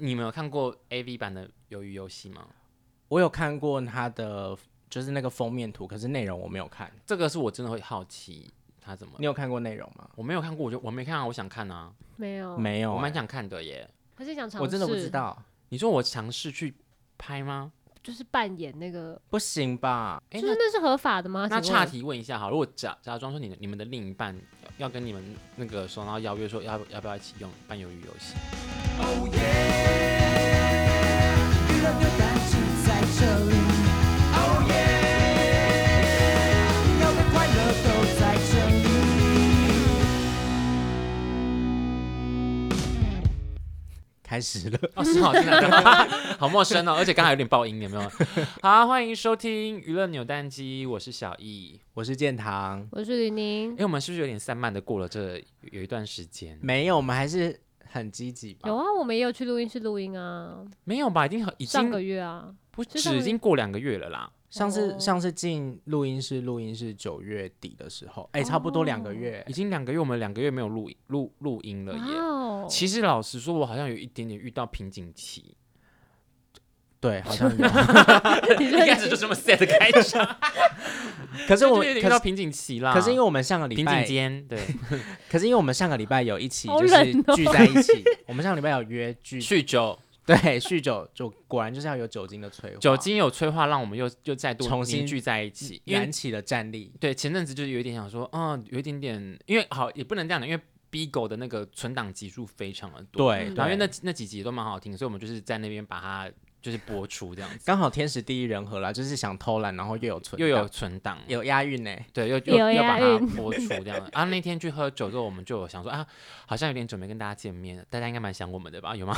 你们有看过 A V 版的《鱿鱼游戏》吗？我有看过它的，就是那个封面图，可是内容我没有看。这个是我真的会好奇它怎么。你有看过内容嗯吗？我没有看过，我就我没看啊，我想看啊，没有，没有我蛮欸，想看的耶。还是想尝试，我真的不知，道，你说我尝试去拍吗？就是扮演那个，不行吧？哎、就是那是合法的吗？那那请岔问，题问一下哈，如果假假装说你的你们的另一半要跟你们那个说，然后邀约说要要不要一起用办鱿鱼游戏，娱乐的感情在这里。Oh yeah，要的快乐都在这里。开始了， 哦，是好听的， 好陌生哦，而且刚才有点爆音，有没有？好，欢迎收听娱乐扭蛋机，我是小易。我是建堂。我是李宁哎、，我们是不是有点散漫的过了这有一段时间？没有，我们还是很积极吧有。啊，我们也有去录音室录音啊，没有吧？已经很已上个经月啊，不就上个止，已经过两个月了啦。上次、哦上次进录音室，录音是九月底的时候，哎、差不多哦两个月已。经两个月，我们两个月没有录录录音了哇耶。哦，其实老实说，我好像有一点点遇到瓶颈期， 对，好像有。 你一 说你开始就这么 sad 的开 场，可是就我有点遇可到是瓶颈期啦。可是因为我们上个礼瓶颈拜，间， 对，可是因为我们上个礼拜有一起好就是冷哦聚在一 起，我们上个礼拜有约聚，酗酒，对，酗酒就果然就是要有酒精的催化，酒精有催化，让我们又又再度重新凝聚在一起，因为燃起了战力。对，前阵子就是有一点想说，嗯，有一点点，因为好也不能这样的，因为 B 狗的那个存档集数非常的多，对，嗯然后因为对那那几集都蛮好听，所以我们就是在那边把它就是播出这样子，刚好天时地利人和啦，就是想偷懒，然后又有存又有嗯档存档，有押韵呢、对，又有又又押把它韵播出这样。啊，那天去喝酒之后，我们就有想说啊，好像有点久没跟大家见面了，大家应该蛮想我们的吧？有吗？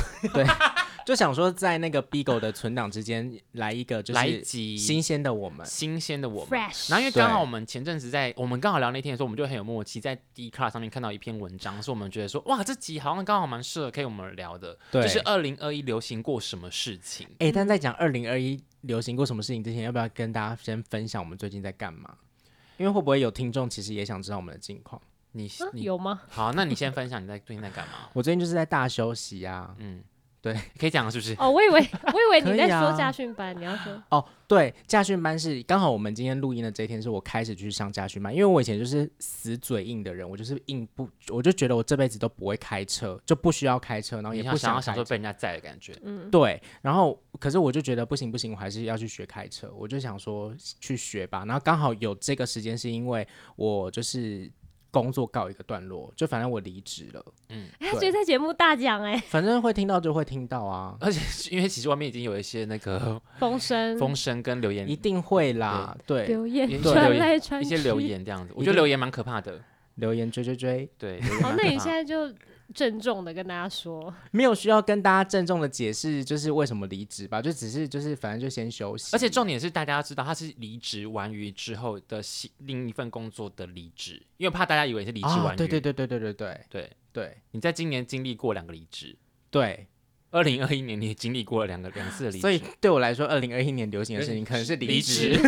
就想说在那个 Bigo 的存档之间来一个就来一是集新鲜的我们，新鲜的我们。 fresh，然后因为刚好对我们前阵子在我们刚好聊那天的时候，我们就很有默契，在 D c a r 上面看到一篇文章，是我们觉得说哇，这集好像刚好蛮适合可以我们聊的，对就是二零二一流行过什么事情。哎、但在讲二零二一流行过什么事情之前，要不要跟大家先分享我们最近在干嘛？因为会不会有听众其实也想知道我们的近况？你啊你有吗？好，那你先分享你在最近在干嘛？我最近就是在大休息啊。嗯， 对，可以讲了是不是？哦，我 以为我以为可你以在说啊家训班，你要说哦，对，驾训班是刚好我们今天录音的这一天，是我开始去上驾训班，因为我以前就是死嘴硬的人，我就是硬不，我就觉得我这辈子都不会开车，就不需要开车，然后哦也你不想想要开享车受被人家载的感觉，嗯对，然后可是我就觉得不行不行，我还是要去学开车，我就想说去学吧。然后刚好有这个时间，是因为我就是工作告一个段落，就反正我离职了，哎，对所以在节目大奖哎，反正会听到就会听到啊，而且是因为其实外面已经有一些那个风声风声跟留言，一定会啦。对，留一言些留传言来传一去，些留言这样子，我一觉得定留言蛮可怕的。留言追追追，对，留 言好，蛮哦那可你怕现在就郑重的跟大家说，没有需要跟大家郑重的解释，就是为什么离职吧，就只是就是反正就先休息，而且重点是，大家要知道，他是离职完于之后的新另一份工作的离职，因为怕大家以为是离职完啊，于。对对对对对对对对对你在今年经历过两个离职，对，二零二一年你也经历过了两个两次的离职，所以对我来说，二零二一年流行的事情可能是离离职。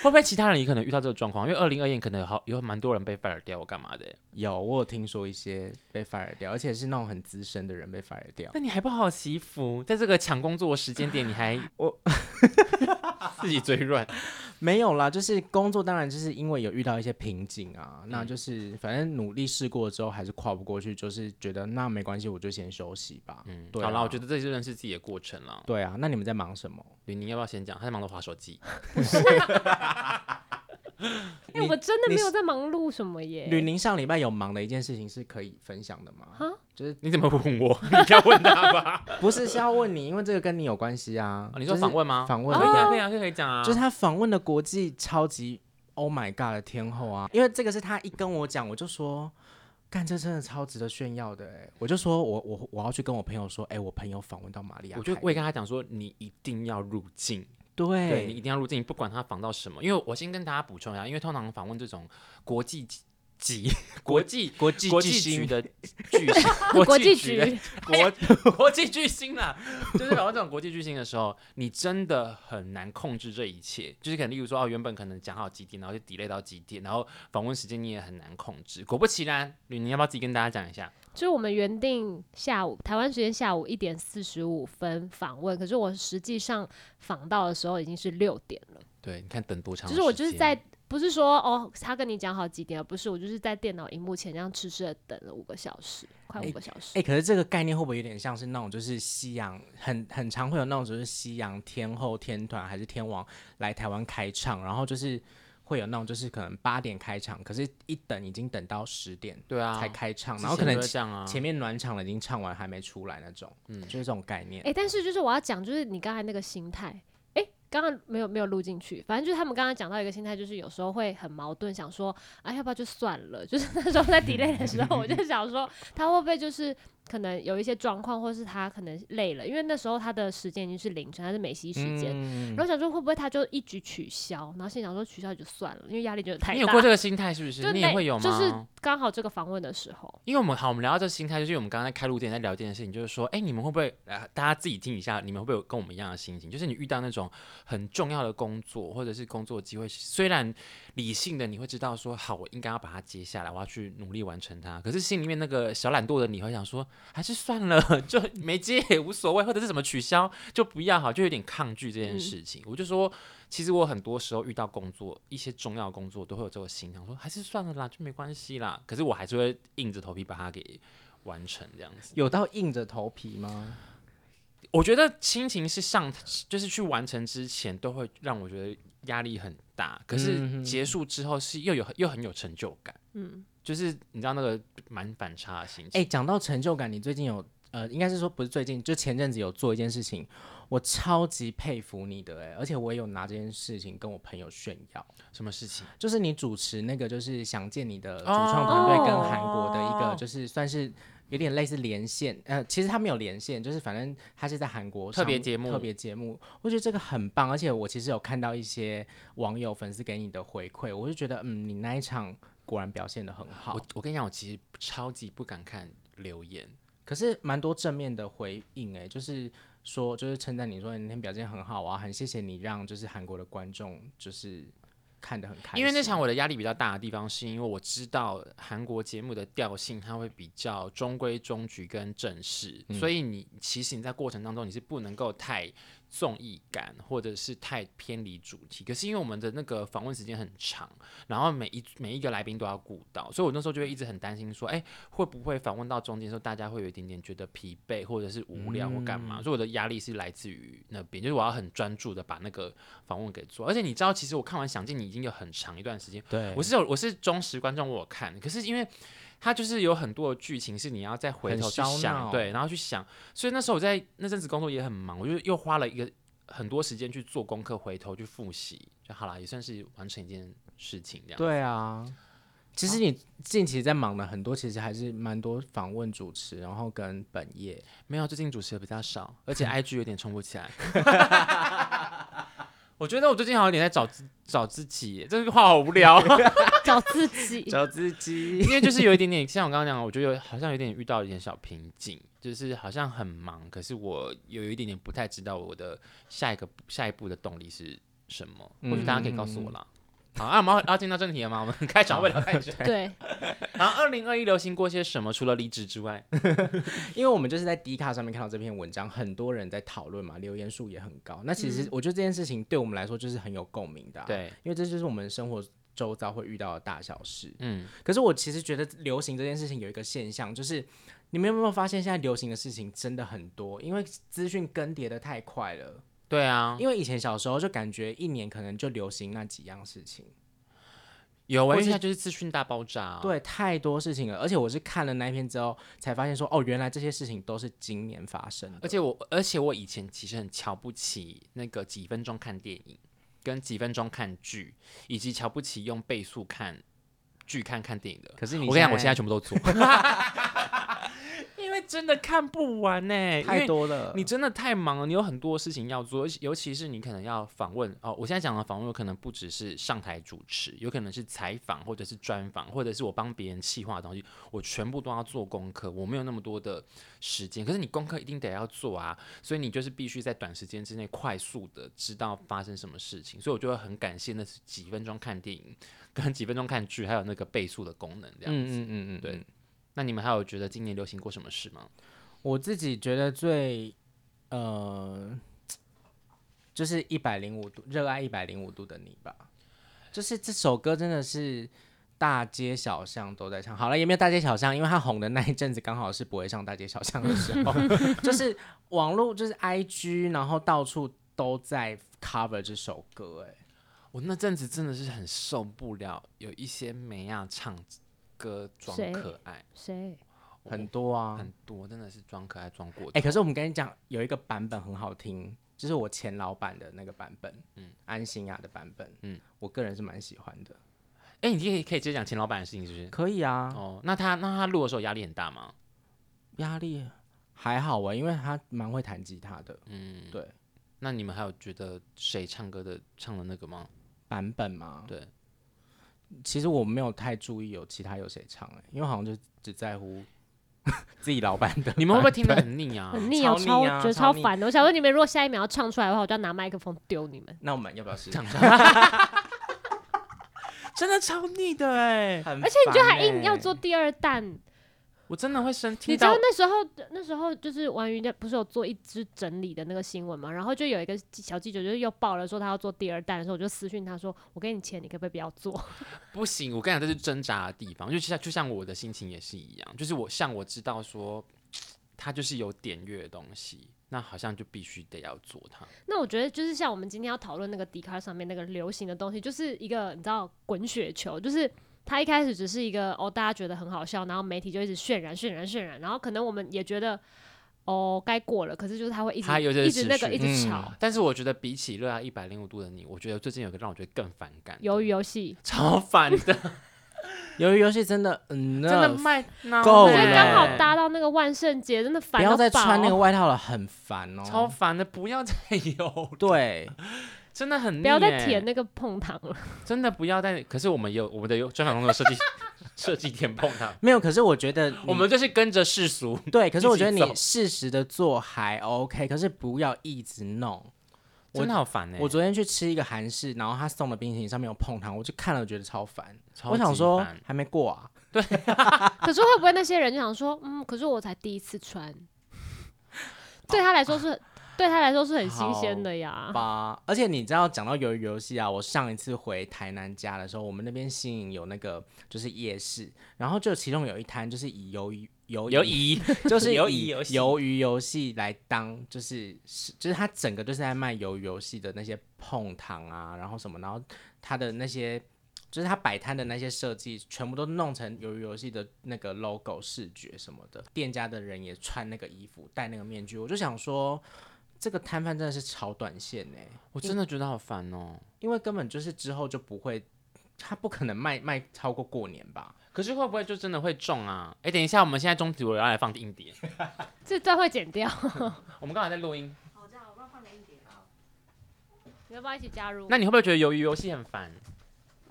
会不会其他人也可能遇到这个状况？因为二零二一年可能有好有蛮多人被 fire 掉，干嘛的、 有，我有听说一些被 fire 掉，而且是那种很资深的人被 fire 掉。那你还不好好惜福，在这个抢工作的时间点，你还 我自己嘴软，没有啦，就是工作当然就是因为有遇到一些瓶颈啊，嗯那就是反正努力试过之后还是跨不过去，就是觉得那没关系，我就先休息吧。嗯，对啊好了，我觉得这就认识自己的过程了。对啊，那你们在忙什么？吕宁要不要先讲？他在忙着划手机。哎，你我真的你没是有在忙碌什么耶，，吕宁上礼拜有忙的一件事情是可以分享的吗？就是你怎么不问我？你要问他吧？不是是要问你，因为这个跟你有关系啊。哦你说就是访问吗？访问可以啊，可以啊，可以讲啊。就是他访问的国际超级 Oh my God 的天后啊，因为这个是他一跟我讲，我就说。干这真的超值得炫耀的哎、我就说我我我要去跟我朋友说，哎、我朋友访问到玛利亚凯我莉，就我也跟他讲说，你一定要入境，对你对一定要入境，不管他访到什么。因为我先跟大家补充一下，因为通常访问这种国际级、国际国际国巨际局星的巨星啊国际局局的 国哎国际巨星啦， 就是访问这种国际巨星的时候，你真的很难控制这一切。就是可能例如说，哦，原本可能讲好几点，然后就 delay 到几点，然后访问时间你也很难控制。果不其然，你你要不要自己跟大家讲一下？就是我们原定下午台湾时间下午一点四十五分访问，可是我实际上访到的时候已经是六点了。对，你看等多长的时就间？是我就是在不是说哦，他跟你讲好几点，而不是我就是在电脑荧幕前这样痴痴的等了五个小时，快五个小时。哎、可是这个概念会不会有点像是那种，就是西洋很很常会有那种，就是西洋天后、天团还是天王来台湾开唱，然后就是会有那种，就是可能八点开场，可是一等已经等到十点对啊，才开唱，之然后可前能都会这样啊，前面暖场了已经唱完还没出来那种，嗯，就是这种概念。哎、但是就是我要讲，就是你刚才那个心态，哎、刚刚没有没有录进去，反正就是他们刚刚讲到一个心态，就是有时候会很矛盾，想说啊，要不要就算了？ 就是那时候在 delay 的时候，我就想说他会不会就是可能有一些状况，或是他可能累了，因为那时候他的时间已经是凌晨，他是美西时间。嗯然后想说会不会他就一举取消，然后心想说取消也就算了，因为压力就是太大。你有过这个心态是不？就是你也那会有吗？就是刚好这个访问的时候，因为我们好，我们聊到这个心态，就是因为我们刚刚在开录店在聊这件事情，就是说，哎、你们会不会，呃，大家自己听一下，你们会不会有跟我们一样的心情？就是你遇到那种很重要的工作或者是工作机会，虽然理性的你会知道说，好，我应该要把它接下来，我要去努力完成它，可是心里面那个小懒惰的你会想说，还是算了， 就没接也无所谓，或者是怎么取消就不要好，就有点抗拒这件事情。我就说，其实我很多时候遇到工作，一些重要的工作都会有这个心，想说还是算了啦，就没关系啦。可是我还是会硬着头皮把它给完成这样子。有到硬着头皮吗？我觉得亲情是上，就是去完成之前都会让我觉得压力很大，可是结束之后是又有又很有成就感，嗯，就是你知道那个蛮反差的心情。哎、讲到成就感，你最近有呃，应该是说不是最近，就前阵子有做一件事情，我超级佩服你的哎、而且我也有拿这件事情跟我朋友炫耀，什么事情？就是你主持那个就是想见你的主创团队跟韩国的一哦个就是算是。有点类似连线，呃，其实他没有连线，就是反正他是在韩国特别上节目特别节目，我觉得这个很棒，而且我其实有看到一些网友粉丝给你的回馈，我就觉得，嗯，你那一场果然表现的很好我，我跟你讲，我其实超级不敢看留言，可是蛮多正面的回应哎、就是说就是称赞你说你那天表现很好啊，很谢谢你让就是韩国的观众就是看得很开心。因为那场我的压力比较大的地方，是因为我知道韩国节目的调性，它会比较中规中矩跟正式，嗯所以你其实你在过程当中你是不能够太综艺感，或者是太偏离主题。可是因为我们的那个访问时间很长，然后每一每一个来宾都要顾到，所以我那时候就会一直很担心说，哎，会不会访问到中间的时候，大家会有一点点觉得疲惫，或者是无聊或干嗯嘛？所以我的压力是来自于那边，就是我要很专注的把那个访问给做。而且你知道，其实我看完《想见你》已经有很长一段时间，对我是有我是忠实观众，我有看，可是因为它就是有很多的剧情是你要再回很头去烧想，脑对，然后去想，所以那时候我在那阵子工作也很忙，我就又花了一个很多时间去做功课，回头去复习，就好啦，也算是完成一件事情这样。对啊，其实你近期在忙的很多，其实还是蛮多访问主持，然后跟本 业。没有，最近主持的比较 少，而且 IG 有点冲不起来。 我觉得我最近好像有点在找自找自己耶，这句话好无聊。找自 己找自己，因为就是有一点点，像我刚刚讲的，我觉得有好像有点遇到一点小瓶颈，就是好像很忙，可是我有一点点不太知道我的下一个下一步的动力是什么，或许大家可以告诉我啦。好，啊，我们要要进到正题了吗？我们开场为了太久。对， 然后，二零二一流行过些什么？除了离职之外，因为我们就是在 D 卡上面看到这篇文章，很多人在讨论嘛，留言数也很高。那其实我觉得这件事情对我们来说就是很有共鸣的、，嗯啊对，因为这就是我们生活周遭会遇到的大小事。嗯，可是我其实觉得流行这件事情有一个现象，就是你们有没有发现现在流行的事情真的很多，因为资讯更迭的太快了。对啊，因为以前小时候就感觉一年可能就流行那几样事情，有啊，或因是为现在就是资讯大爆炸、啊，对，太多事情了。而且我是看了那一篇之后才发现说，哦，原来这些事情都是今年发生的。而且我，而且我以前其实很瞧不起那个几分钟看电影，跟几分钟看剧，以及瞧不起用倍速看剧看看电影的。可是你我跟你讲，我现现在在全部都做， 因为真的看不完欸呢、太。多了，你真的太忙了，你有很多事情要做，尤其尤其是你可能要访问哦。我现在讲的访问，有可能不只是上台主持，有可能是采访，或者是专访，或者是我帮别人企划的东西，我全部都要做功课，我没有那么多的时间。可是你功课一定得要做啊，所以你就是必须在短时间之内快速的知道发生什么事情。所以我就会很感谢那几分钟看电影，跟几分钟看剧，还有那个倍速的功能这样子。嗯嗯嗯嗯，对嗯。那你们还有觉得今年流行过什么事吗？我自己觉得最呃，就是一百零五度热爱一百零五度的你吧，就是这首歌真的是大街小巷都在唱。好了，也没有大街小巷，因为它红的那一阵子刚好是不会上大街小巷的时候，就是网络就是 IG，然后到处都在 cover 这首歌、哎。我那阵子真的是很受不了，有一些美亚唱歌装谁可爱，谁？很多啊，很多真的是装可爱装过头。哎、可是我们跟你讲，有一个版本很好听，就是我前老板的那个版本，嗯，安心雅的版本，嗯嗯，我个人是蛮喜欢的。哎、你可以可以直接讲钱老板的事情，是不是？可以啊，哦，那他那他录的时候压力很大吗？压力还好啊，因为他蛮会弹吉他的嗯，对。那你们还有觉得谁唱歌的唱的那个吗？版本嘛。对，其实我没有太注意有其他有谁唱、欸，因为好像就只在乎 自己老板的版本。你们会不会听得很腻啊？ 很腻哦，超超腻啊觉得超超腻烦的。我想说，你们如果下一秒要唱出来的话，我就要拿麦克风丢你们。 那我们要不要试？真的超腻的哎、而而且你就还欸硬要做第二弹，我真的会生你听知道到那时候那时候就是王云的不是有做一支整理的那个新闻嘛，然后就有一个小记者就是又爆了说他要做第二弹的时候，我就私讯他说我给你钱，你可不可以不要做？不行，我跟你讲，这是挣扎的地方，就像就像我的心情也是一样，就是我像我知道说，它就是有点阅的东西，那好像就必须得要做它。那我觉得就是像我们今天要讨论那个迪卡上面那个流行的东西，就是一个你知道滚雪球，就是它一开始只是一个哦大家觉得很好笑，然后媒体就一直渲染渲染渲染，然后可能我们也觉得哦该过了，可是就是它会一它直有点一直那个持续一直吵，但是我觉得比起热爱一百零五度的你，我觉得最近有个让我觉得更反感的，鱿鱼游戏。超反的，由于游戏真的，嗯，真的卖脑够我觉了得刚好欸搭到那个万圣节，真的不烦到要再爆穿那个外套了，很烦哦。超烦的，不要再有，对，真的很不要腻再欸舔那个碰糖了。真的不要再。可是我们有我们的有专访中的设 计设计填碰它，没有。可是我 觉得我你们就是跟着世俗。对，可是我一起觉得走你适时的做还 OK，可是不要一直弄。我真的好烦哎、我昨天去吃一个韩式，然后他送的冰淇淋上面有碰糖，我就看了觉得超烦。超我想级说烦还没过啊，可是会不会那些人就想说，嗯，可是我才第一次穿，对他来说是，对他来说是很新鲜的呀。吧。啊而且你知道，讲到鱿鱼游戏啊，我上一次回台南家的时候，我们那边新营有那个就是夜市，然后就其中有一摊就是以鱿鱼鱿有鱼疑， 就是鱿鱼以游戏鱿鱼游戏来当，就是是就是它整个就是在卖鱿鱼游戏的那些碰糖啊，然后什么，然后它的那些就是它摆摊的那些设计，全部都弄成鱿鱼游戏的那个 logo 视觉什么的。店家的人也穿那个衣服，戴那个面具，我就想说，这个摊贩真的是超短线哎、我真的觉得好烦哦。因为根本就是之后就不会，他不可能卖卖超过过年吧。可是会不会就真的会中啊？哎、等一下，我们现在中途我要来放硬碟，这段会剪掉， 我们刚才在录音。你要不要一起加入？那你会不会觉得鱿鱼游戏很烦？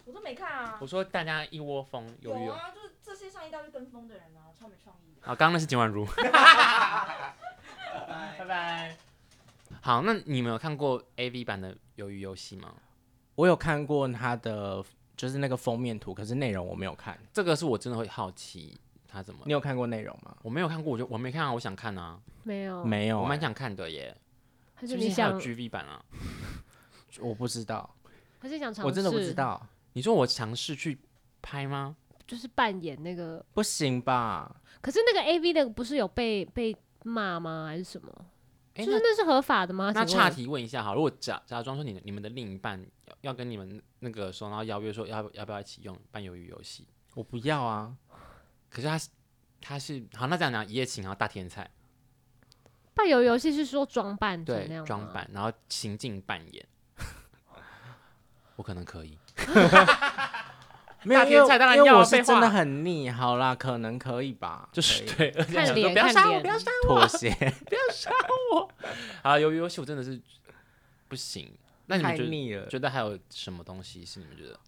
我都没看啊我。说大家一窝蜂鱿鱼游有 啊，就是这世界上一大堆跟风的人啊，超没创意的。好，刚刚那是金婉如。拜拜。好，那你们有看过 A V 版的鱿鱼游戏吗？我有看过他的就是那个封面图，可是内容我没有看。这个是我真的会好奇它怎么你。有看过内容吗？我没有看过，我就我没看啊，我想看啊，没有，没有我欸、蛮想看的耶。还是是不是你还有想， G V 版啊？我不知道，还是想尝试？我真的不知，道，你说我尝试去拍吗？就是扮演那个。不行吧？可是那个 A V 那个不是有被被骂吗？还是什么？哎、就是那是合法的吗？那请问岔题问一下好，如果假假装说你的你们的另一半要要跟你们那个时候，然后邀约说要不要不要一起用办鱿鱼游戏，我不要啊！可是他是他是好，那这样讲一夜情，然后啊大天才扮演游戏是说装扮成那对样吗装扮，然后情境扮演，我可能可以。没有大因天为菜当然因为要啊我废是话真的很腻。好啦，可能可以吧，就是可以对，而且看想说脸不要看杀我，脸不要杀妥 协，我。啊，鱿鱼游戏我真的是不行。那你们太觉得腻了。觉得还有什么东西是你们觉得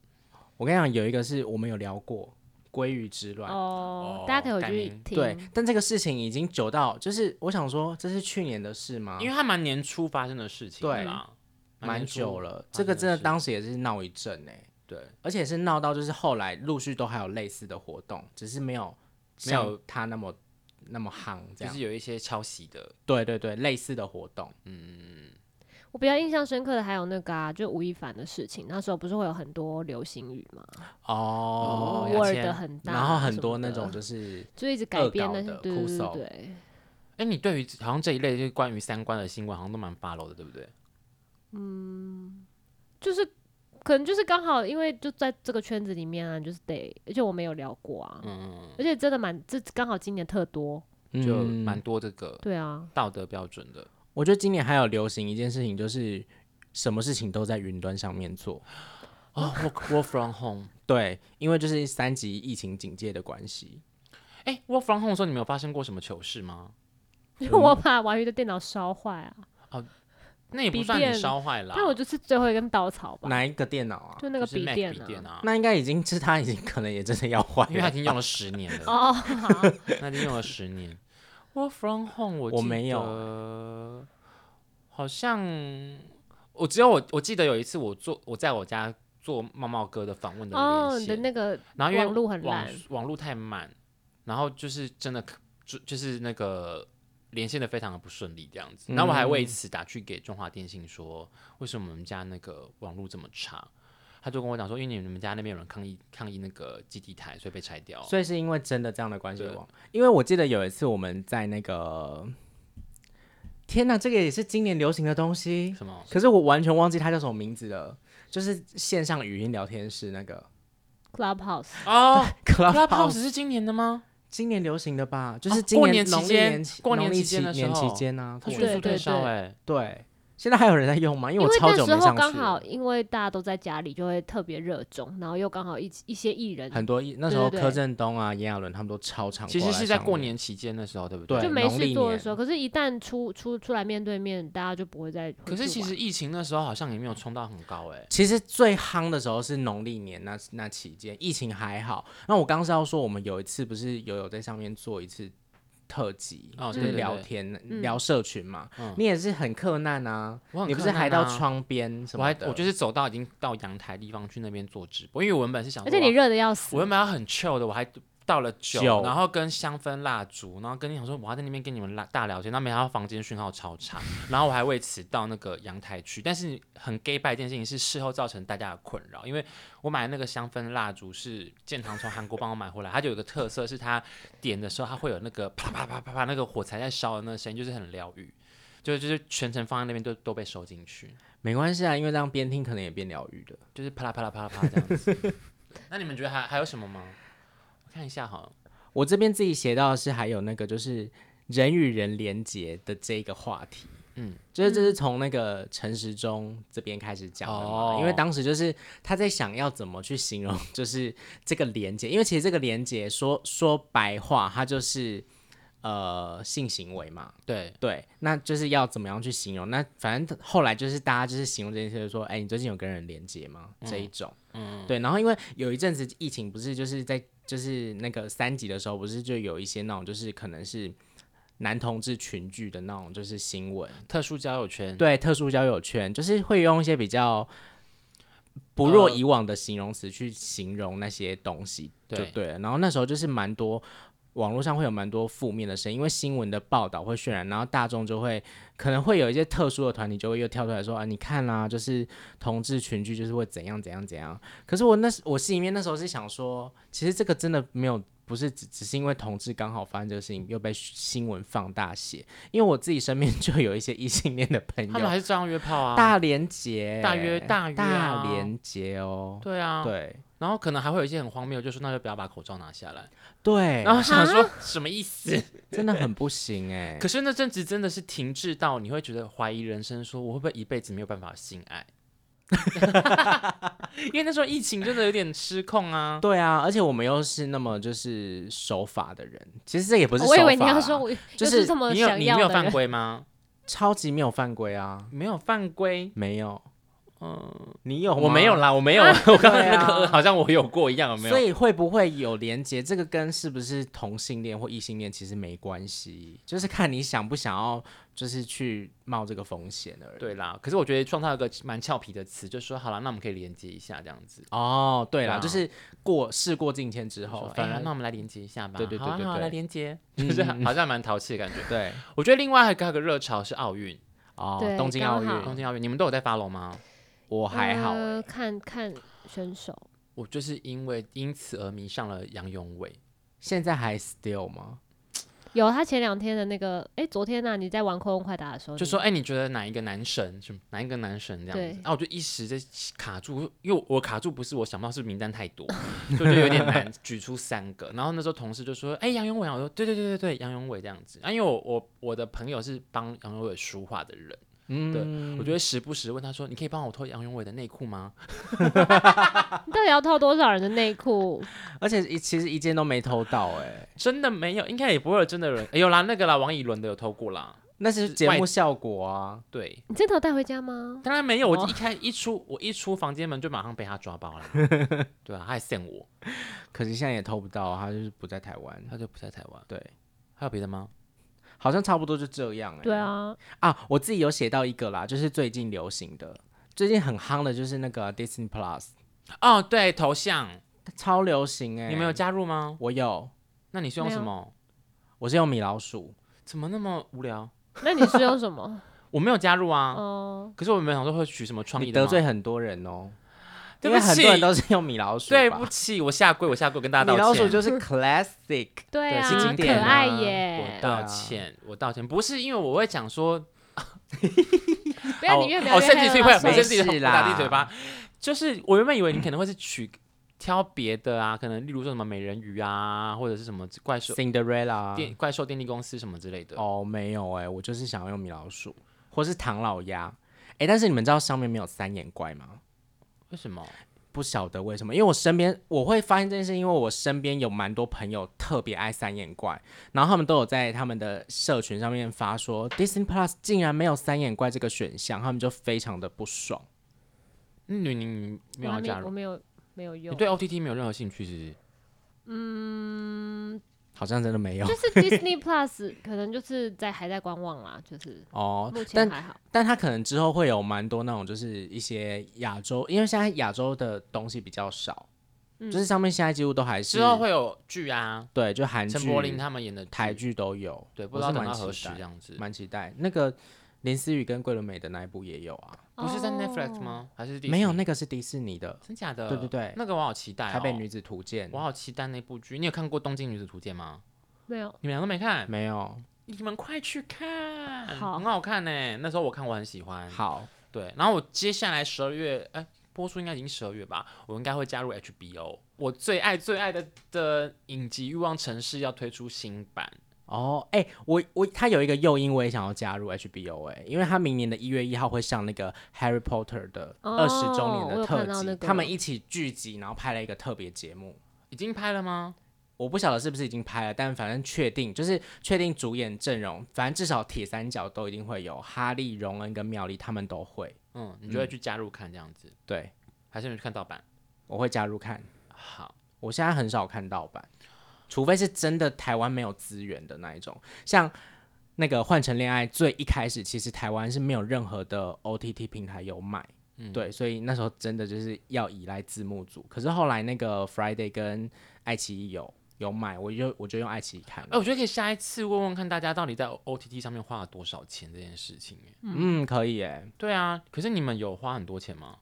我跟你讲，有一个是我们有聊过鲑鱼之乱。哦哦，大家可以回改去名听。对，但这个事情已经久到，就是我想说，这是去年的事吗？因为它蛮年初发生的事情啊对啦，蛮年初久了，发这个生真的事当时也是闹一阵哎、对。而且是闹到就是后来陆续都还有类似的活动，只是没有没有像他那么那么夯这就样是。有一些抄袭的，对对对，类似的活动，嗯，我比较印象深刻的还有那个啊，就吴亦凡的事情，那时候不是会有很多流行语嘛，哦牙味儿签的很大啊什么的，然后很多那种就是就一直改恶编搞那些的，对哭对手对对，哎，你对于好像这一类就是关于三观的新闻，好像都蛮 follow 的，对不对？就是可能就是刚好因为就在这个圈子里面啊，就是得，而且我没有聊过啊，嗯，而且真的蛮这刚好今年特多，就嗯蛮多这个对啊，道德标准的。我觉得今年还有流行一件事情，就是什么事情都在云端上面做。哦，work work from home，对，因为就是三级疫情警戒的关系，哎、w o r k from home 的时候，你们有发生过什么糗事吗？因为我把王宇的电脑烧坏啊，那也不笔算你电烧坏了啊，但我就是最后一根稻草吧，哪一个电脑啊？就那个就是 Mac 电笔电啊，啊，那应该已经是他已经可能也真的要换 因为他已了。经用了十年了，哦，好， 那已经用了十年。Work from home，我我记没有得，好像我只有我我记得有一次我做我在我家做茂茂哥的访问的哦，连你的线，那个然后因为网路很网烂网路太慢，然后就是真的就就是那个连线的非常的不顺利这样子。然后我还嗯为此打去给中华电信说，为什么我们家那个网路这么差？他就跟我讲说，因为你们家那边有人抗议抗议那个基地台，所以被拆掉。所以是因为真的这样的关系对网，因为我记得有一次我们在那个，天哪，这个也是今年流行的东西，什 么？可是我完全忘记它叫什么名字了，就是线上语音聊天室那个 Clubhouse， 哦 Clubhouse， ，Clubhouse 是今年的吗？今年流行的吧？就哦是今过年期农历间年期过农年期历间的时年期候间啊，它过迅年速对退对烧对哎，对，现在还有人在用吗？因因为我超那久时没候上去刚好了。因为大家都在家里，就会特别热衷，然后又刚好一一些艺人很多艺那时候对对对柯震东啊、炎亚纶他们都超常，其实是在过，年期间的时候，对不对就没农历事做的年时候，可是，一旦出出出来面对面，大家就不会再回去玩。可是其实疫情那时候好像也没有冲到很高哎，其实最夯的时候是农历年那那期间，疫情还好。那我刚刚是要说，我们有一次不是有有在上面做一次特辑，哦就对是对聊对天、嗯聊社群嘛。嗯你也是很克难啊，我很你不是困难还到啊窗边什我么还的？我就是走到已经到阳台地方去那边做直播，因为我原本是想而说且啊我要，你热的要死我，原本要很 chill 的，我还倒了酒，酒然后跟香氛蜡烛，然后跟你想说我要在那边跟你们拉大聊天，那没想到房间讯号超差，然后我还为此到那个阳台去，但是很 gay 拜一件事情是事后造成大家的困扰，因为我买那个香氛蜡烛是建堂从韩国帮我买回来，它就有一个特色是它点的时候它会有那个啪啪啪啪啪那个火柴在烧的那个声音，就是很疗愈。就就是全程放在那边都都被收进去，没关系啊，因为这样边听可能也变疗愈的。就是啪啦啪啦啪啦啪啦这样子。 那你们觉得还还有什么吗？我看一下哈，我这边自己写到的是还有那个就是人与人连结的这一个话题，嗯嗯，就是这是从那个陈时中这边开始讲的嘛，哦因为当时就是他在想要怎么去形容就是这个连结，因为其实这个连结说说白话，它就是呃性行为嘛，对，对，那就是要怎么样去形容？那反正后来就是大家就是形容这件事，就说，哎、你最近有跟人连接吗？这一种，嗯，对。然后因为有一阵子疫情，不是就是在就是那个三级的时候，不是就有一些那种就是可能是男同志群聚的那种就是新闻，特殊交友圈，对，特殊交友圈，就是会用一些比较不若呃以往的形容词去形容那些东西，就对对了。然后那时候就是蛮多。网络上会有蛮多负面的声音，因为新闻的报道会渲染，然后大众就会可能会有一些特殊的团体就会又跳出来说啊，你看啦、就是同志群聚就是会怎样怎样怎样。可是我那时我心里面那时候是想说，其实这个真的没有，不是只只是因为同志刚好发生这个事情又被新闻放大写，因为我自己身边就有一些异性恋的朋他们还 友，是照样约炮啊，大连结，大约大约啊大连结哦，对啊，，对然后可能还会有一些很荒谬，就说那就不要把口罩拿下来，对，然后想说什么意思？真的很不行哎、可是那阵子真的是停滞到你会觉得怀疑人生，说我会不会一辈子没有办法性爱？ 因为那时候疫情真的有点失控啊，对啊，而且我们又是那么就是守法的人，其实这也不是守我法啊以啦，为你要说我就就是这么啊你有想你要没有的犯人，规吗？超级没有犯规啊，没有犯规，没有，嗯，你有吗我没有啦，我没有，我刚刚对那啊个好像我有过一样，有哦没有所？以会不会有连接？这个跟是不是同性恋或异性恋其实没关系，就是看你想不想要，就是去冒这个风险而已。对啦，可是我觉得创造一个蛮俏皮的词，就说好了，那我们可以连接一下这样子。哦，对啦，对啊就是过事过境迁之好后，，哎反呀而那我们来连接一下吧。对对好啊对对好啊对来连接， 就是好像蛮淘气的感觉。对我觉得另外还有一个热潮是奥运，哦对，东京奥刚好东运京奥运，你们都有在 follow 吗？我啊还好呃欸，看看选手，我就是因为因此而迷上了杨永伟。现在还 still 吗？有他前两天的那个，哎、昨天呢、你在玩快问快答的时候，就哦你说，哎、你觉得哪一个男神，什么哪一个男神这样子对？啊，我就一时在卡住，因为我卡住不是我想不到，是名单太多， 所以就有点难举出三个。然后那时候同事就说，哎、杨永伟啊，我说对对对对对，杨永伟这样子。啊，因为我我我的朋友是帮杨永伟说话的人，嗯，我就会时不时问他说，你可以帮我偷杨永伟的内裤吗？你到底要偷多少人的内裤？而且一其实一件都没偷到，哎，真的没有，应该也不会有真的人。哎、有啦，那个啦，王以伦的有偷过啦。那是节外目效果啊。对，你真的有带回家吗？当然没有，我哦一开一出我一出房间门就马上被他抓包了， 对啊，他还扇我，可惜现在也偷不到，啊他就是不在台湾。他就不在台湾。对，还有别的吗？好像差不多就这样哎。对啊，啊，我自己有写到一个啦，就是最近流行的，最近很夯的就是那个 Disney Plus，哦，对，头像，超流行哎、你们有？加入吗？我有，那你是用没有什么？我是用米老鼠，怎么那么无聊？那你是用什么？我没有加入 啊，哦、可是我没有想说会取什么创意你的吗得罪很多人哦、对因不为起很多人都是用米老鼠吧，对不起，我下跪，我下跪，跟大家道米歉。老鼠就是 classic，对对啊，是经可典啊爱我耶！道歉，我道歉，不是因为我会讲说，不哦要哎你越描哦，越甚至黑是了会，啦我甚算了没至事啦大地嘴巴。就是我原本以为你可能会是取挑别的啊，可能例如说什么美人鱼啊，或者是什么怪兽电 Cinderella，啊怪兽电力公司什么之类的。哦没有哎、我就是想要用米老鼠，或是唐老鸭，哎、但是你们知道上面没有三眼怪吗？为什么？不晓得为什么，因为我身边我会发现这件事，因为我身边有蛮多朋友特别爱三眼怪，然后他们都有在他们的社群上面发说 Disney Plus 竟然没有三眼怪这个选项，他们就非常的不爽。嗯你你你没我有还要加没我入？没有没有你用，对 OTT 没有任何兴趣是不是？好像真的没有就是 Disney Plus 可能就是在还在观望啦，就是哦目，前但还好。但他可能之后会有蛮多那种，就是一些亚洲，因为现在亚洲的东西比较少，嗯就是上面现在几乎都还是之后会有剧啊，对，就韩剧、陈柏霖他们演的台，剧都有，对，不我知道是等蛮到期何时待这样子。蛮期待那个林思雨跟桂纶镁的那一部也有啊。不是在哦 Netflix？吗？还是没有，那个个是迪士尼的真假的？对对对那个我好期待《哦。台北女子图鉴我》，好期待那部剧。你有看过《东京女子图鉴》吗？没有，你们俩都没看，没有你们快去看，好很好看呢。那时候我看我很喜欢。，好对，然后我接下来十二月，哎，播出应该已经十二月吧，我应该会加入 HBO。我最爱最爱的的影集《欲望城市》要推出新版，哦。哎、我我他有一个诱因，我也想要加入 HBO 哎、因为他明年的一月一号会上那个《Harry Potter》的哦二十周年我的有特看到辑，那个他们一起聚集，然后拍了一个特别节目。已经拍了吗？我不晓得是不是已经拍了，但反正确定就是确定主演阵容，反正至少铁三角都一定会有，哈利、荣恩跟妙丽他们都会。嗯，你就会去加入看这样子，对，还是你去看盗版？我会加入看。好，我现在很少看盗版，除非是真的台湾没有资源的那一种，像那个《换成恋爱》最一开始，其实台湾是没有任何的 OTT 平台有买，嗯对，所以那时候真的就是要依赖字幕组。可是后来那个 Friday 跟爱奇艺有有买，我就我就用爱奇艺看哎、了。我觉得可以下一次问问看大家到底在 OTT 上面花了多少钱这件事情、哎，嗯，可以耶，对啊，可是你们有花很多钱吗？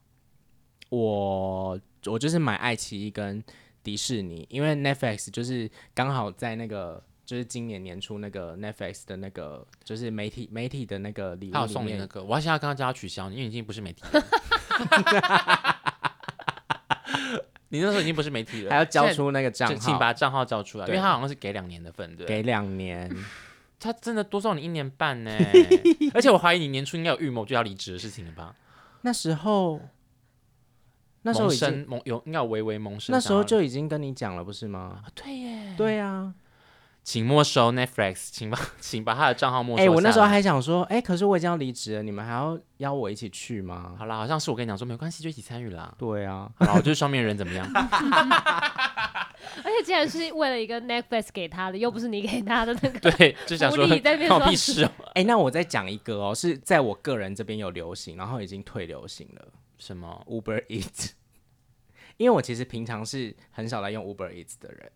我我就是买爱奇艺跟迪士尼，因为 Netflix 就是刚好在那个就是今年年初那个 Netflix 的那个就是媒体媒体的那个礼还物有里送你那面，个，我要现在刚刚叫他取消你，因为你已经不是媒体 了。你那时候已经不是媒体了，还要交现在出那个账就请号，把账号交出来，因对为他好像是给两年的份，对不对？给两年。他真的多送你一年半呢，而且我怀疑你年初应该有预谋就要离职的事情了吧？ 那时候那时候萌已经生萌有应该有微微萌生想要，那时候就已经跟你讲了，不是吗？啊对耶，对啊，请没收 Netflix，请把 请把他的账号没收哎、下来。我那时候还想说，哎、可是我已经要离职了，你们还要邀我一起去吗？好啦，好像是我跟你讲说没关系，就一起参与啦。对啊，好啦，我就是双面人，怎么 样？而且既然是为了一个 Netflix 给他的，又不是你给他的那个，对，就想说狐狸在那边关我说屁事哦。哎、那我再讲一个哦，是在我个人这边有流行，然后已经退流行了什么？ Uber Eats，因为我其实平常是很少来用 Uber Eats 的人，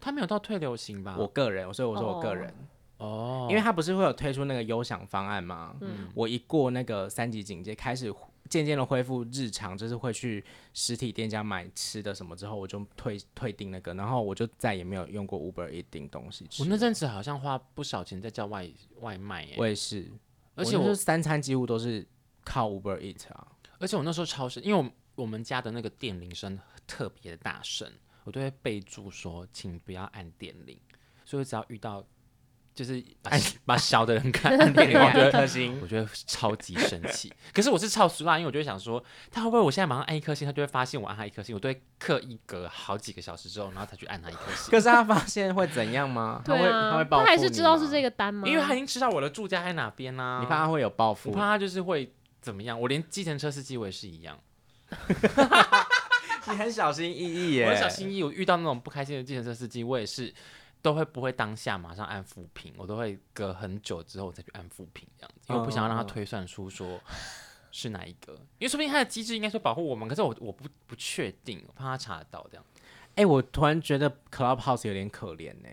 他没有到退流行吧？我个人，所以我说我个人，哦，因为他不是会有推出那个优享方案吗？嗯我一过那个三级警戒，开始渐渐的恢复日常，就是会去实体店家买吃的什么之后，我就退退订那个，然后我就再也没有用过 Uber Eats 订东西吃。我那阵子好像花不少钱在叫外外卖耶，我也是，而且我我就是三餐几乎都是靠 Uber Eat 啊。而且我那时候超市，因为我们我们家的那个电铃声特别大声，我都会备注说请不要按电铃，所以我只要遇到就是 把把小的人看按电铃，啊我觉得。星，我觉得超级生气，可是我是超俗辣，因为我就会想说，他会不会我现在马上按一颗星，他就会发现我按他一颗星，我都会刻意隔好几个小时之后，然后才去按他一颗星。可是他发现会怎样吗？ 他对会他啊会，报复他还是知道是这个，个单吗？因为他已经知道我的住家在哪边啦、你怕他会有报复我？怕他就是会怎么样？我连计程车司机我也是一样，你很小心翼翼我很小心翼翼。我遇到那种不开心的计程车司机，我也是都会不会当下马上按复评，我都会隔很久之后再去按复评这样子，因为我不想要嗯让他推算出说是哪一个，因为说不定他的机制应该说保护我们，可是我我不不确定，我怕他查得到这样。哎、我突然觉得 Clubhouse 有点可怜呢、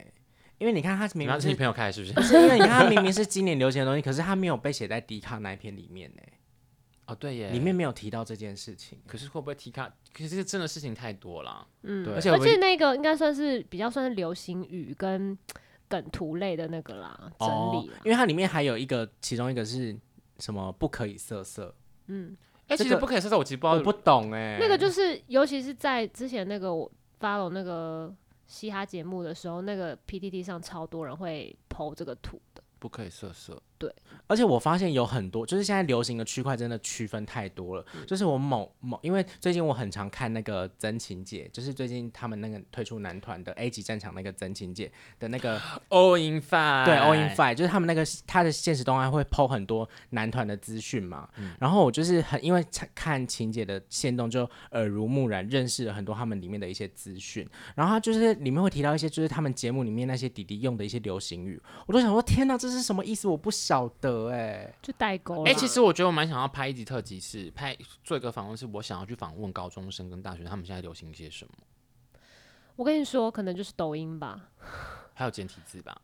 因为你看他你明要明是是你朋友开的是不是？不 是因为你看他明明是今年流行的东西，可是他没有被写在迪卡那一篇里面呢、哦，对耶，里面没有提到这件事情。可是会不会提卡？可是真的事情太多了。嗯对而而且且我们那个应该算是比较算是流行语跟梗图类的那个啦，整哦理啦。哦因为它里面还有一个，其中一个是什么不可以色色，嗯，哎、其这实个不可以设置，我其实不知道我不懂哎、那个就是尤其是在之前那个我 follow 那个嘻哈节目的时候，那个 PTT 上超多人会 PO 这个图的。不可以色色。而且我发现有很多，就是现在流行的区块真的区分太多了。嗯就是我某某，因为最近我很常看那个曾琴姐，就是最近他们那个推出男团的 A 级战场那个曾琴姐的那个 All in five，对 All in Five，就是他们那个他的现实动态会 PO 很多男团的资讯嘛。然后我就是很因为看琴姐的线动就耳濡目染，认识了很多他们里面的一些资讯。然后他就是里面会提到一些就是他们节目里面那些弟弟用的一些流行语，我都想说天哪，这是什么意思？我不晓得哎、就代沟啦。哎、其实我觉得我蛮想要拍一集特辑，是拍做一个访问，是我想要去访问高中生跟大学生，他们现在流行些什么，我跟你说，可能就是抖音吧。还有简体字吧。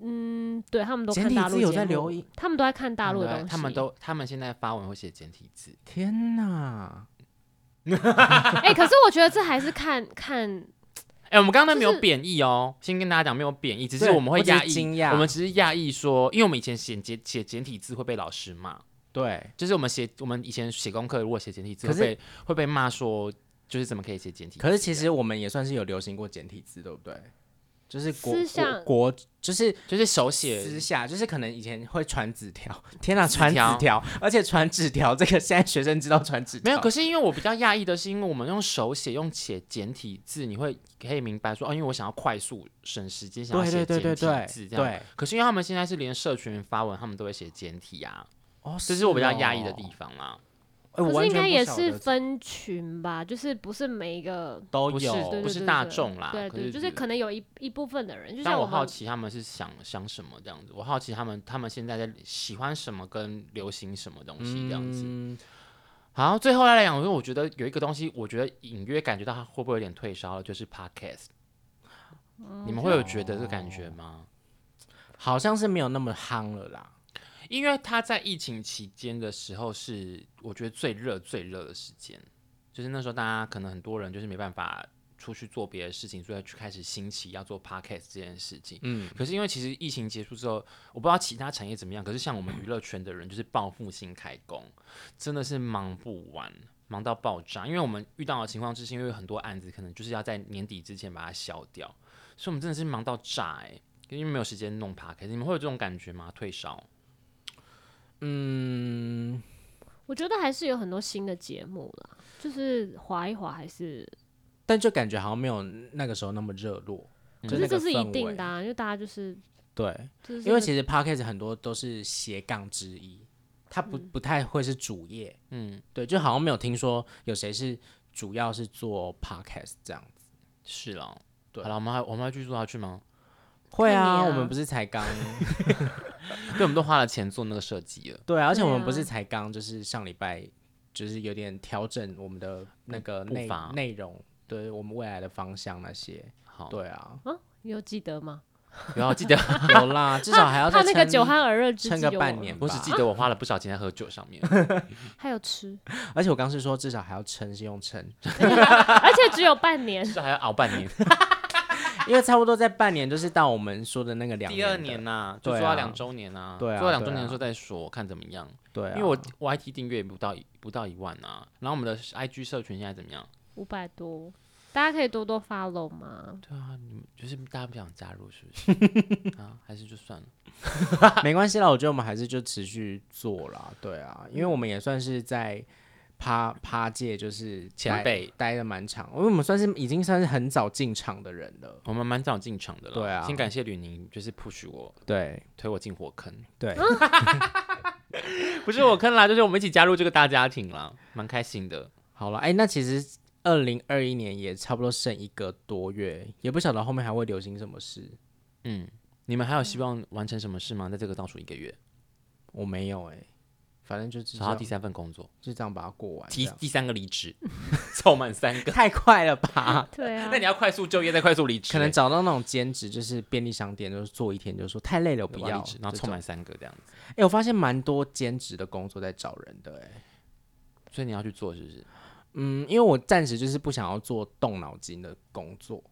嗯，对他们都简看体大陆字有节在目留意，他们都在看大陆的东西。他们都他们现在发文会写简体字，天哪！ 哎、可是我觉得这还是看看哎、我们刚刚那没就有是贬义哦，先跟大家讲没有贬义，只是对我们会我只是压抑，惊讶我们只是压抑说，因为我们以前写简写简体字会被老师骂，对，就是我们写我们以前写功课如果写简体字可会是被会被骂说，就是怎么可以写简体字？可是其实我们也算是有流行过简体字，对不对？就是国私下国国就是就是手私写下，就是可能以前会传纸条，天哪，纸传纸条条，而且传纸条这个现在学生知道传纸没条，有，可是因为我比较讶异的是，因为我们用手写用写简体字，你会可以明白说，哦，因为我想要快速省时间，想要对写对简对对体对字这样。对，可是因为他们现在是连社群发文，他们都会写简体啊，哦，这是我哎比较讶异的地方啊啦。方可是应该也是分分群吧，就是不是每一个都不是有，对不对是对大对众啦对可对，是就是只可能有一一部分的人，就但像我们好奇他们是想想什么这样子，我好奇他们他们现在在喜欢什么跟流行什么东西这样子。嗯好，最后来讲，因为我觉得有一个东西，我觉得隐约感觉到它会不会有点退烧了，就是 podcast。你们会有觉得这个感觉吗？好像是没有那么夯了啦。因为他在疫情期间的时候是我觉得最热最热的时间，就是那时候大家可能很多人就是没办法出去做别的事情，所以就开始兴起要做 podcast 这件事情。嗯，可是因为其实疫情结束之后，我不知道其他产业怎么样，可是像我们娱乐圈的人就是报复性开工，真的是忙不完。忙到爆炸，因为我们遇到的情况就是因为有很多案子可能就是要在年底之前把它消掉，所以我们真的是忙到炸哎、因为没有时间弄 podcast，你们会有这种感觉吗？退烧？我觉得还是有很多新的节目啦，就是划一划还是嗯但就感觉好像没有那个时候那么热络。就可是那这个是一氛定围的、啊，因为大家就是对，就是因为其实 podcast 很多都是斜杠之一，它不嗯不太会是主业，嗯，对，就好像没有听说有谁是主要是做 podcast 这样子。是了。对好了，我们还我们还继续做下去吗？ 会看你啊，啊我们不是才刚 对，我们都花了钱做那个设计了，对啊，而且对我们不啊是才刚就是上礼拜就是有点调整我们的那个步内伐哦内容，对我们未来的方向那些。好，对啊，啊，你有记得吗？然后记 得有啦，至少还要他再那个撑酒酣耳热之撑际个有半我年吧。我只记得我花了不少钱在喝酒上 面，还有吃， 而且我刚是说至少还要撑是用撑，而且只有半年。这还要熬半年。因为差不多在半年就是到我们说的那个两第二的年呐、就对做到啊两周年呐、对啊做到两周对啊年的时候再说，看怎么样。对啊、因为我 YT 订阅也不到一不到一万啊，然后我们的 IG 社群现在怎么样？五百多，大家可以多多 follow 嘛。对啊，你们就是大家不想加入是不 是？啊，还是就算了。 没关系啦，我觉得我们还是就持续做啦，对啊，因为我们也算是在趴趴界就是前待辈待的蛮长，因为我们算是已经算是很早进场的人了，我们蛮早进场的了，对啊先感谢吕宁，就是 push 我对推我进火 坑，对，不是我坑啦，就是我们一起加入这个大家庭啦，蛮开心的。好了，哎、那其实二零二一年也差不多剩一个多月，也不晓得后面还会流行什么事，嗯，你们还有希望完成什么事吗？在这个倒数一个月，我没有哎、反正就至找到少第三份工作，就这样把它过完，提这样第三个离职， 凑满三个。 太快了吧？对 啊那，你要快速就业，再快速离职欸， 可能找到那种兼职，就是便利商店，就是做一天，就说太累了，我不不要要离职，，然后这凑种满三个这样子。哎、我发现蛮多兼职的工作在找人的、哎，所以你要去做是不是？嗯，因为我暂时就是不想要做动脑筋的工作，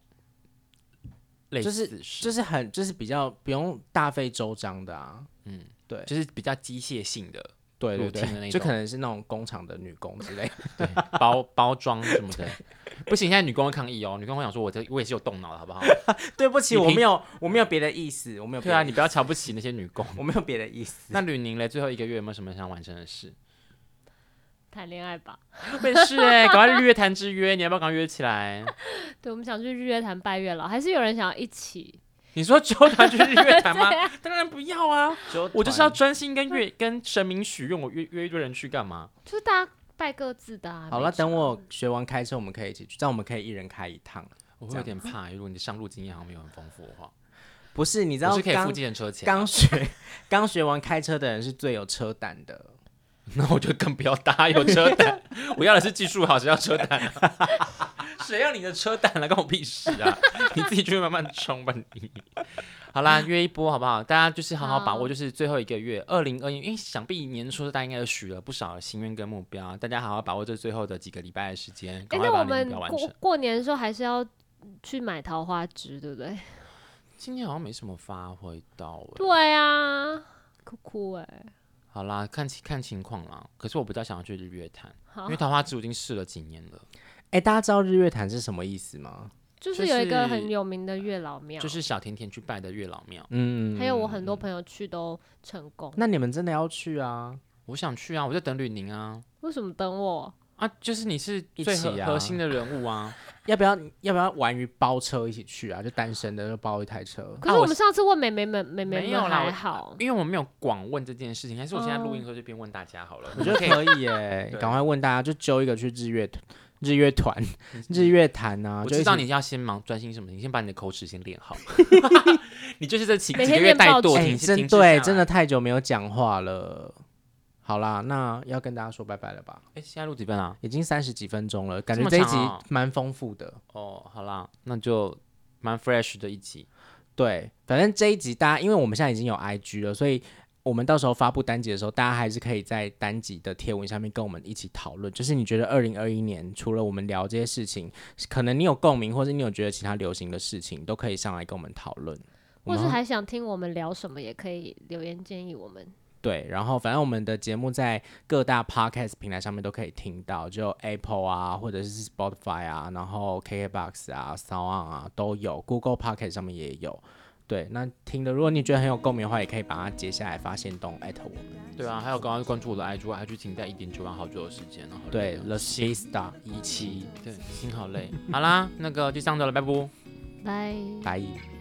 类就似是就是很就是比较不用大费周章的啊，嗯，对就是比较机械性的对对 routine 的那对，就种可能是那种工厂的女工之类的，包包装什么的。 不行，现在女工会抗议哦。女工会想说我这我也是有动脑的，好不好？ 对不起，你我平没有我没有别的意思，我没有别对的啊，意你不要瞧不起那些女工。我没有别的意思，那吕宁嘞，最后一个月有没有什么想完成的事？谈恋爱吧。没事哎、赶快日月潭之约，你要不要赶快约起来？对，我们想去日月潭拜月老，还是有人想要一起？ 你说纠团去日月潭吗？当然不要啊！我就是要团专心跟月跟神明许愿，我约约一堆人去干嘛？就是大家拜各自的、啊。好没了，差等我学完开车，我们可以一起去，这样我们可以一人开一趟。啊我会有点怕，如果你的上路经验好像没有很丰富的话，不是，你知我道是 可以付刚计程车钱啊。刚学刚学完开车的人是最有车胆的，那我就更不要搭有车 胆，我要的是技术好，谁要车胆、啊？谁要你的车胆来关我屁事 啊！你自己去慢慢冲吧你。好啦，约一波好不好？大家就是好好把握，好就是最后一个月，二零二一，因为想必年初大家应该许了不少的心愿跟目标，啊大家好好把握这最后的几个礼拜的时间，哎、赶快那把我你的们目标完过成。过年的时候还是要去买桃花枝，对不对？今天好像没什么发挥到、欸，对啊，哭哭哎、好啦，看情看情况啦。可是我比较想要去日月潭，因好为，桃花枝我已经试了几年了。哎、大家知道日月潭是什么意思吗？就是有一个就是很有名的月老庙，就是小甜甜去拜的月老庙，嗯，还有我很多朋友去都成功。那你们真的要去啊？我想去啊，我在等吕宁啊为什么等我？啊，就是你是一最起核啊核心的人物啊，要不要要不要玩于包车一起去啊？就单身的就包一台车。可是我们上次问美眉们，美眉没有们啦还我好，因为我没有广问这件事情，还是我现在录哦音的时候就边问大家 好了，我我觉觉得得可以可以耶、 对赶快问大家，就揪一个去日 月团日月团、日月潭啊！我就一知道起你要先忙专心什么，你先把你的口齿先练 好，你就是这几每几天个月啊练怠报惰，纸哎、停真对，真的，太久没有讲话了。好啦，那要跟大家说拜拜了吧？哎，现在录几分啊？已经三十几分钟了，感这么觉这一长集哦蛮丰富的。哦，好啦，那就蛮 fresh 的一集，对，反正这一集大家，因为我们现在已经有 IG 了，所以我们到时候发布单集的时候，大家还是可以在单集的贴文下面跟我们一起讨论。就是你觉得二零二一年，除了我们聊这些事情，可能你有共鸣，或者你有觉得其他流行的事情，都可以上来跟我们讨论。我或们是会还想听我们聊什么，也可以留言建议我们。对，然后反正我们的节目在各大 podcast 平台上面都可以听到，就 Apple 啊，或者是 Spotify 啊，然后 KKBox 啊、Sound 啊都有，Google Podcast 上面也有。对，那听的，如果你觉得很有共鸣的话，也可以把它截下来发现动 at 我们。对啊，还有刚刚关注我的 IG，IG 停在一点九万好久的时间了，好累对哦，The Space Star 一期，对，心好累。好啦，那个就这样子了，拜拜。拜。拜。